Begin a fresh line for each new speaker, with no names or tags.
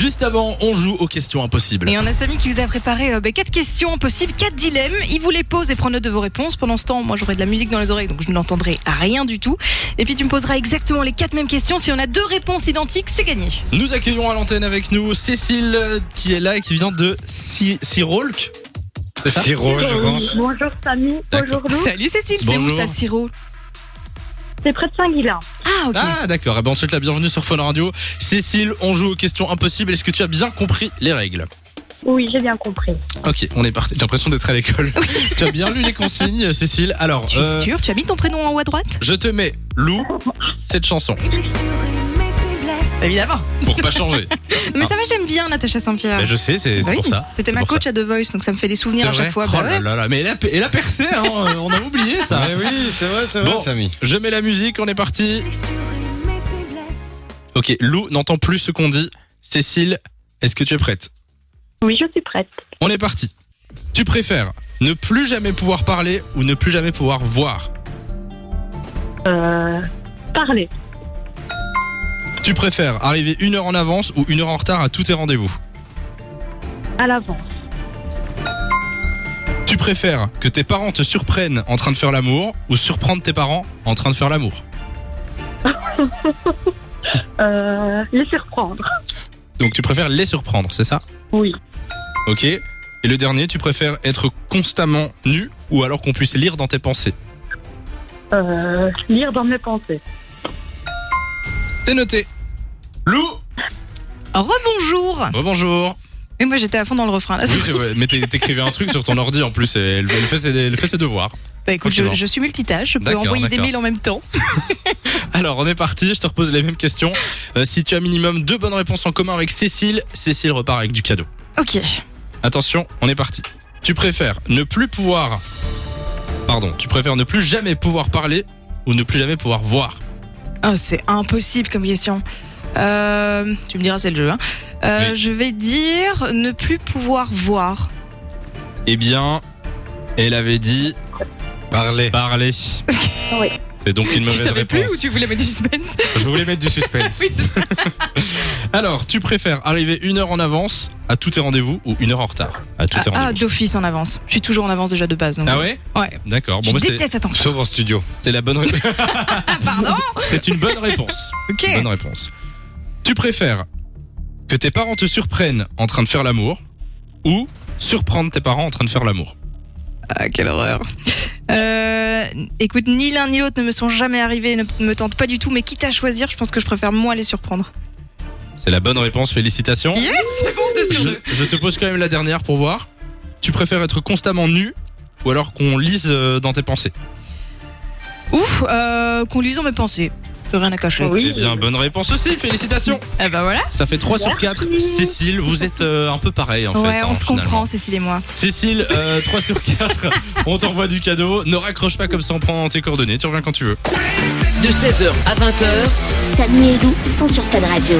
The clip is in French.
Juste avant, on joue aux questions impossibles.
Et on a Samy qui vous a préparé euh, ben, quatre questions possibles, quatre dilemmes. Il vous les pose et prend note de vos réponses. Pendant ce temps, moi j'aurai de la musique dans les oreilles, donc je n'entendrai rien du tout. Et puis tu me poseras exactement les quatre mêmes questions. Si on a deux réponses identiques, c'est gagné.
Nous accueillons à l'antenne avec nous Cécile euh, qui est là et qui vient de Si- Sirolc. C'est ça
Siro, je
Euh,
pense.
Bonjour Samy,
D'accord.
bonjour nous.
Salut Cécile, c'est où
Bonjour.
ça, Siro
C'est près de Saint-Guilain.
Ah ok.
Ah d'accord, eh ben, on te souhaite la bienvenue sur Fun Radio. Cécile, on joue aux questions impossibles. Est-ce que tu as bien compris les règles
Oui, j'ai bien compris.
Ok, on est parti. J'ai l'impression d'être à l'école. tu as bien lu les consignes, euh, Cécile. Alors,
tu es
euh,
sûre Tu as mis ton prénom en haut à droite
je te mets Lou, cette chanson,
Évidemment.
pour pas changer.
Mais
Ah.
ça va, j'aime bien Natacha Saint-Pierre.
Mais je sais, c'est c'est
Oui,
pour ça.
C'était
C'est
ma
pour
coach à The Voice, donc ça me fait des
C'est
souvenirs à
vrai
chaque fois.
Oh
Bah
là
ouais.
là là, mais elle a, elle a percé, hein, euh, on a oublié ça.
Mais oui, c'est vrai, c'est vrai,
Bon.
Samy.
Je mets la musique, on est parti. Ok, Lou n'entend plus ce qu'on dit. Cécile, est-ce que tu es prête
Oui, je suis prête.
On est parti. Tu préfères ne plus jamais pouvoir parler ou ne plus jamais pouvoir voir
Euh, parlez.
Tu préfères arriver une heure en avance ou une heure en retard à tous tes rendez-vous
À l'avance.
Tu préfères que tes parents te surprennent en train de faire l'amour ou surprendre tes parents en train de faire l'amour
Euh, les surprendre.
Donc tu préfères les surprendre, c'est ça
Oui.
Ok. Et le dernier, tu préfères être constamment nu ou alors qu'on puisse lire dans tes pensées
Euh, lire dans mes pensées.
C'est noté. Lou
Rebonjour.
Rebonjour
Mais moi j'étais à fond dans le refrain là.
Oui, c'est vrai. mais t'é- t'écrivais un truc sur ton ordi en plus. Et elle, elle fait ses, elle fait ses devoirs.
Bah écoute,
Ok, bon.
je, je suis multitâche, je peux
D'accord,
envoyer des
d'accord.
mails en même temps.
Alors on est parti. Je te repose les mêmes questions. Euh, si tu as minimum deux bonnes réponses en commun avec Cécile, Cécile repart avec du cadeau.
Ok.
Attention, on est parti. Tu préfères ne plus pouvoir, pardon, tu préfères ne plus jamais pouvoir parler ou ne plus jamais pouvoir voir.
Ah, c'est impossible comme question. Euh, tu me diras, c'est le jeu. Hein. Euh,
Oui.
Je vais dire ne plus pouvoir voir.
Eh bien, elle avait dit
Parlez.
parler.
Oui.
C'est donc une mauvaise
tu savais
réponse.
plus ou tu voulais mettre du suspense
Je voulais mettre du suspense.
Oui, c'est ça.
Alors, tu préfères arriver une heure en avance à tous tes rendez-vous ou une heure en retard à tous tes
Ah,
rendez-vous
d'office en avance. Je suis toujours en avance déjà de base. Donc
Ah ouais
Ouais.
D'accord. Bon,
je
bah, c'est-
déteste attendre.
Sauf en studio.
c'est la bonne réponse.
Pardon
c'est une bonne réponse.
Ok.
Bonne réponse. Tu préfères que tes parents te surprennent en train de faire l'amour ou surprendre tes parents en train de faire l'amour
Ah, quelle horreur. Euh, écoute, ni l'un ni l'autre ne me sont jamais arrivés, ne me tentent pas du tout, mais quitte à choisir, je pense que je préfère moi les surprendre.
C'est la bonne réponse, félicitations.
Yes, c'est bon, t'es
Je, je te pose quand même la dernière pour voir. Tu préfères être constamment nu ou alors qu'on lise euh, dans tes pensées
Ouf, euh, qu'on lise dans mes pensées. J'ai rien à cacher.
Oui.
Eh bien, bonne réponse aussi, félicitations.
Eh ben voilà.
Ça fait 3 sur 4. Cécile, vous êtes euh, un peu pareil en fait.
ouais,
hein,
on se
finalement.
comprend, Cécile et moi.
Cécile, euh, 3 sur 4. On t'envoie du cadeau. Ne raccroche pas comme ça, on prend tes coordonnées. Tu reviens quand tu veux.
De 16h à 20h,
Samy et Lou sont sur Fan Radio.